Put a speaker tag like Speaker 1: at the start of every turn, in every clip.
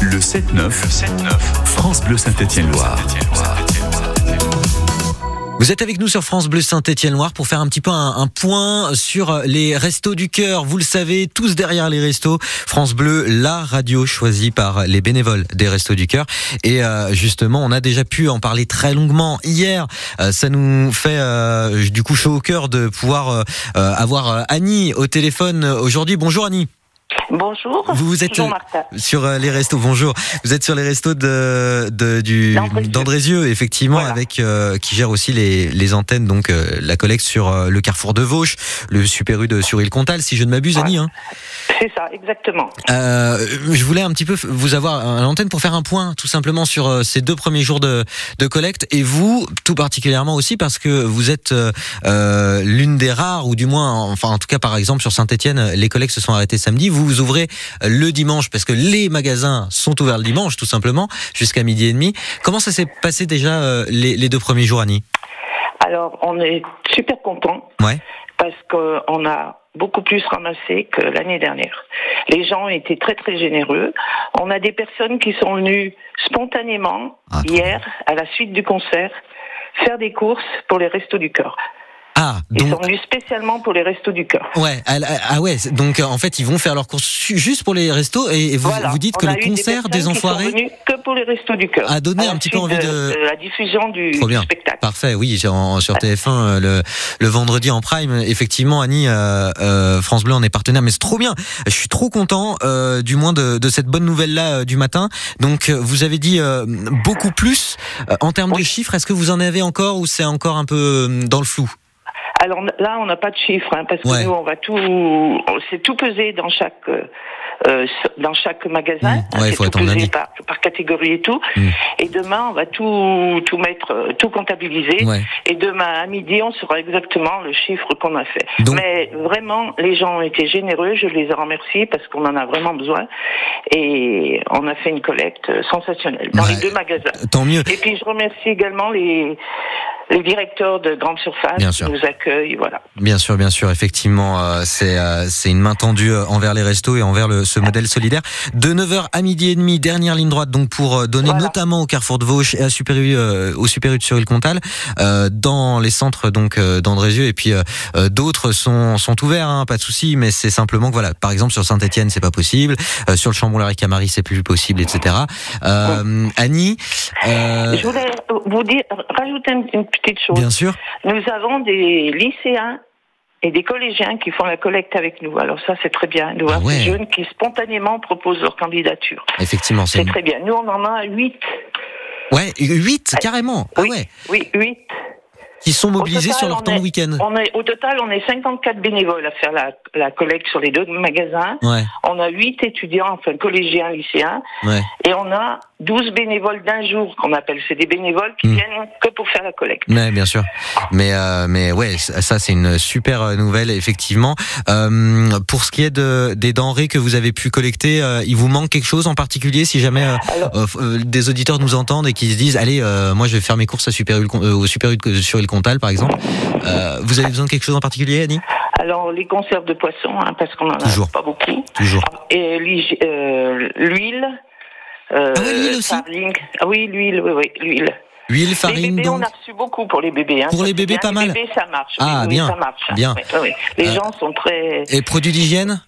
Speaker 1: Le 7-9, France Bleu Saint-Étienne-Loire.
Speaker 2: Vous êtes avec nous sur France Bleu Saint-Étienne-Loire pour faire un petit peu un, un point sur euh, les restos du cœur. Vous le savez, tous derrière les restos, France Bleu, la radio choisie par les bénévoles des restos du cœur. Et euh, justement, on a déjà pu en parler très longuement hier. Euh, ça nous fait euh, du coup chaud au cœur de pouvoir euh, euh, avoir Annie au téléphone aujourd'hui. Bonjour Annie.
Speaker 3: Bonjour.
Speaker 2: Vous, vous êtes
Speaker 3: Bonjour, Martha.
Speaker 2: sur euh, les restos. Bonjour. Vous êtes sur les restos de, de- du
Speaker 3: D'Andrézieux.
Speaker 2: d'Andrézieux, effectivement,
Speaker 3: Voilà.
Speaker 2: avec euh, qui gère aussi les, les antennes, donc euh, la collecte sur euh, le carrefour de Vauche, le super U de sur île Comtal, si je ne m'abuse,
Speaker 3: Ouais.
Speaker 2: Annie. hein.
Speaker 3: C'est ça, exactement.
Speaker 2: Euh, je voulais un petit peu f- vous avoir à l'antenne pour faire un point, tout simplement, sur euh, ces deux premiers jours de, de collecte et vous, tout particulièrement aussi, parce que vous êtes euh, euh, l'une des rares, ou du moins, enfin, en tout cas, par exemple, sur Saint-Etienne, les collectes se sont arrêtées samedi. Vous vous ouvrez euh, le dimanche, parce que les magasins sont ouverts le dimanche, tout simplement, jusqu'à midi et demi. Comment ça s'est passé déjà euh, les, les deux premiers jours, Annie
Speaker 3: Alors, on est super contents
Speaker 2: Ouais.
Speaker 3: parce qu'on a beaucoup plus ramassé que l'année dernière. Les gens étaient très, très généreux. On a des personnes qui sont venues spontanément
Speaker 2: Ah, trop
Speaker 3: hier, à la suite du concert, faire des courses pour les restos du cœur.
Speaker 2: Ah, donc.
Speaker 3: Ils sont venus spécialement pour les restos du cœur.
Speaker 2: Ouais, ah, ah, ah ouais, c'est- donc euh, en fait ils vont faire leurs courses su- juste pour les restos et et vous,
Speaker 3: Voilà.
Speaker 2: vous dites
Speaker 3: On
Speaker 2: que
Speaker 3: a
Speaker 2: le
Speaker 3: eu
Speaker 2: concert
Speaker 3: personnes
Speaker 2: des,
Speaker 3: qui sont
Speaker 2: enfoirés
Speaker 3: venues que pour les restos du cœur.
Speaker 2: a donné
Speaker 3: À la
Speaker 2: un petit peu
Speaker 3: suite
Speaker 2: envie de-
Speaker 3: la diffusion du,
Speaker 2: Trop
Speaker 3: du
Speaker 2: bien.
Speaker 3: spectacle.
Speaker 2: Parfait, oui, sur- en- sur TF1 euh, le, le vendredi en prime. Effectivement, Annie, euh, euh, France Bleu en est partenaire, mais c'est trop bien. Je suis trop content, euh, du moins de, de cette bonne nouvelle là du matin. Donc, euh, vous avez dit euh, beaucoup plus Euh, en termes de
Speaker 3: Oui.
Speaker 2: chiffres. Est-ce que vous en avez encore ou c'est encore un peu euh, dans le flou
Speaker 3: Alors là, on n'a pas de chiffres hein, parce que
Speaker 2: Ouais.
Speaker 3: nous, on va tout, c'est tout pesé dans chaque euh, euh, dans chaque magasin.
Speaker 2: Mmh. Ouais,
Speaker 3: C'est
Speaker 2: faut
Speaker 3: tout
Speaker 2: attendre
Speaker 3: pesé
Speaker 2: lundi.
Speaker 3: par, par catégorie et tout.
Speaker 2: Mmh.
Speaker 3: Et demain, on va tout tout mettre, euh, tout comptabiliser.
Speaker 2: Ouais.
Speaker 3: Et demain à midi, on saura exactement le chiffre qu'on a fait.
Speaker 2: Donc-
Speaker 3: Mais vraiment, les gens ont été généreux. Je les en remercie parce qu'on en a vraiment besoin. Et on a fait une collecte euh, sensationnelle dans
Speaker 2: Ouais.
Speaker 3: les deux magasins.
Speaker 2: Tant mieux.
Speaker 3: Et puis je remercie également les, les directeurs de grandes surfaces
Speaker 2: Bien
Speaker 3: qui
Speaker 2: sûr.
Speaker 3: nous accueillent. Voilà.
Speaker 2: Bien sûr, bien sûr, effectivement, euh, c'est euh, c'est une main tendue euh, envers les restos et envers le, ce modèle solidaire. De 9h à midi et demi, dernière ligne droite donc pour euh, donner
Speaker 3: Voilà.
Speaker 2: notamment au Carrefour de Vauche et à Super U, euh, au Super U de sur Comtal euh, dans les centres donc euh, d'Andrézieux et puis euh, euh, d'autres sont sont ouverts, hein, pas de souci, mais c'est simplement que voilà, par exemple sur Saint-Étienne c'est pas possible, euh, sur le Chambon-Larry Camary c'est plus possible, etc. Euh, Annie, euh,
Speaker 3: Je voulais vous dire, rajouter une, une petite chose.
Speaker 2: bien sûr,
Speaker 3: Nous avons des lycéens et des collégiens qui font la collecte avec nous. Alors ça, c'est très bien. Nous
Speaker 2: Ah
Speaker 3: avons
Speaker 2: ouais.
Speaker 3: des jeunes qui spontanément proposent leur candidature.
Speaker 2: effectivement, c'est
Speaker 3: C'est
Speaker 2: une...
Speaker 3: très bien. Nous, on en a huit.
Speaker 2: ouais huit carrément, ah
Speaker 3: Oui.
Speaker 2: ouais, Euh.
Speaker 3: Oui, huit.
Speaker 2: qui sont mobilisés
Speaker 3: total,
Speaker 2: sur leur
Speaker 3: on
Speaker 2: temps
Speaker 3: est-
Speaker 2: de week-end.
Speaker 3: On est, au total, on est 54 bénévoles à faire la, la collecte sur les deux magasins.
Speaker 2: Ouais,
Speaker 3: On a huit étudiants, enfin collégiens, lycéens,
Speaker 2: ouais.
Speaker 3: et on a 12 bénévoles d'un jour qu'on appelle. C'est des bénévoles qui
Speaker 2: Mm.
Speaker 3: viennent que pour faire la collecte.
Speaker 2: Ouais, bien sûr. Mais euh, mais ouais, ça ça, c'est une super euh, nouvelle effectivement. Euh, pour ce qui est de des denrées que vous avez pu collecter, euh, il vous manque quelque chose en particulier si jamais euh,
Speaker 3: Alors-
Speaker 2: euh, f- euh, des auditeurs nous entendent et qu'ils se disent allez euh, moi je vais faire mes courses à Super U, euh, au Super U de- sur le Comtal par exemple. Euh, vous avez besoin de quelque chose en particulier Annie
Speaker 3: Alors, les conserves de poissons, hein, parce qu'on n'en a
Speaker 2: Toujours.
Speaker 3: pas beaucoup.
Speaker 2: Toujours.
Speaker 3: Et l'hyg- euh, l'huile. euh,
Speaker 2: Ah ouais, l'huile aussi
Speaker 3: farine. Ah oui, l'huile, oui, oui, l'huile.
Speaker 2: Huile,
Speaker 3: les
Speaker 2: farine
Speaker 3: bébés,
Speaker 2: donc.
Speaker 3: on a reçu beaucoup pour les bébés. hein,
Speaker 2: Pour
Speaker 3: ça,
Speaker 2: les
Speaker 3: c'est
Speaker 2: bébés,
Speaker 3: bien.
Speaker 2: pas mal.
Speaker 3: Les bébés, ça marche.
Speaker 2: Ah,
Speaker 3: oui, oui,
Speaker 2: bien,
Speaker 3: ça marche. hein.
Speaker 2: bien.
Speaker 3: Oui, oui, oui. Les
Speaker 2: Euh,
Speaker 3: gens sont très...
Speaker 2: Et produits d'hygiène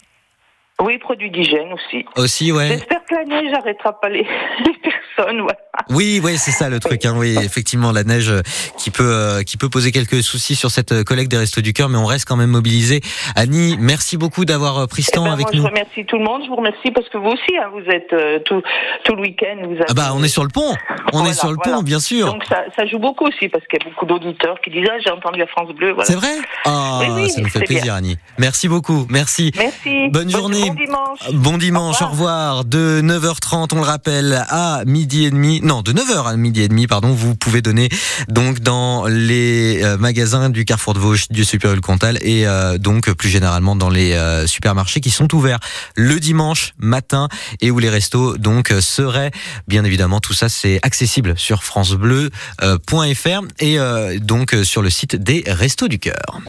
Speaker 3: Oui, produits d'hygiène aussi.
Speaker 2: aussi ouais.
Speaker 3: J'espère que la neige n'arrêtera pas les, les personnes. ouais.
Speaker 2: Oui, oui, c'est ça le truc. Hein,
Speaker 3: Ah.
Speaker 2: oui, effectivement, la neige euh, qui peut euh, qui peut poser quelques soucis sur cette euh, collecte des restos du cœur, mais on reste quand même mobilisé. Annie, merci beaucoup d'avoir euh, pris ce
Speaker 3: Eh
Speaker 2: temps
Speaker 3: ben,
Speaker 2: avec
Speaker 3: moi,
Speaker 2: nous.
Speaker 3: je remercie tout le monde. Je vous remercie parce que vous aussi, hein, vous êtes euh, tout, tout le week-end. vous avez-
Speaker 2: Ah bah, on est sur le pont. On
Speaker 3: Voilà,
Speaker 2: est sur le
Speaker 3: Oh voilà.
Speaker 2: pont, bien sûr.
Speaker 3: Donc ça, ça joue beaucoup aussi parce qu'il y a beaucoup d'auditeurs qui disent ah j'ai entendu la France bleue. Voilà.
Speaker 2: C'est vrai Ah,
Speaker 3: Oui, oui,
Speaker 2: ça nous fait
Speaker 3: c'est bien.
Speaker 2: plaisir, Annie. Merci beaucoup. Merci.
Speaker 3: Merci.
Speaker 2: Bonne
Speaker 3: Bon-
Speaker 2: journée. Ah,
Speaker 3: Bon dimanche.
Speaker 2: Bon dimanche,
Speaker 3: Au
Speaker 2: au revoir. De 9h30, on le rappelle, à midi et demi. Non, de 9h à midi et demi, pardon, vous pouvez donner donc dans les euh, magasins du Carrefour de Vosges, du Super U Cantal et euh, donc plus généralement dans les euh, supermarchés qui sont ouverts le dimanche matin et où les restos donc euh, seraient bien évidemment tout ça c'est accessible euh, sur francebleu.fr et euh, donc euh, sur le site des Restos du Cœur.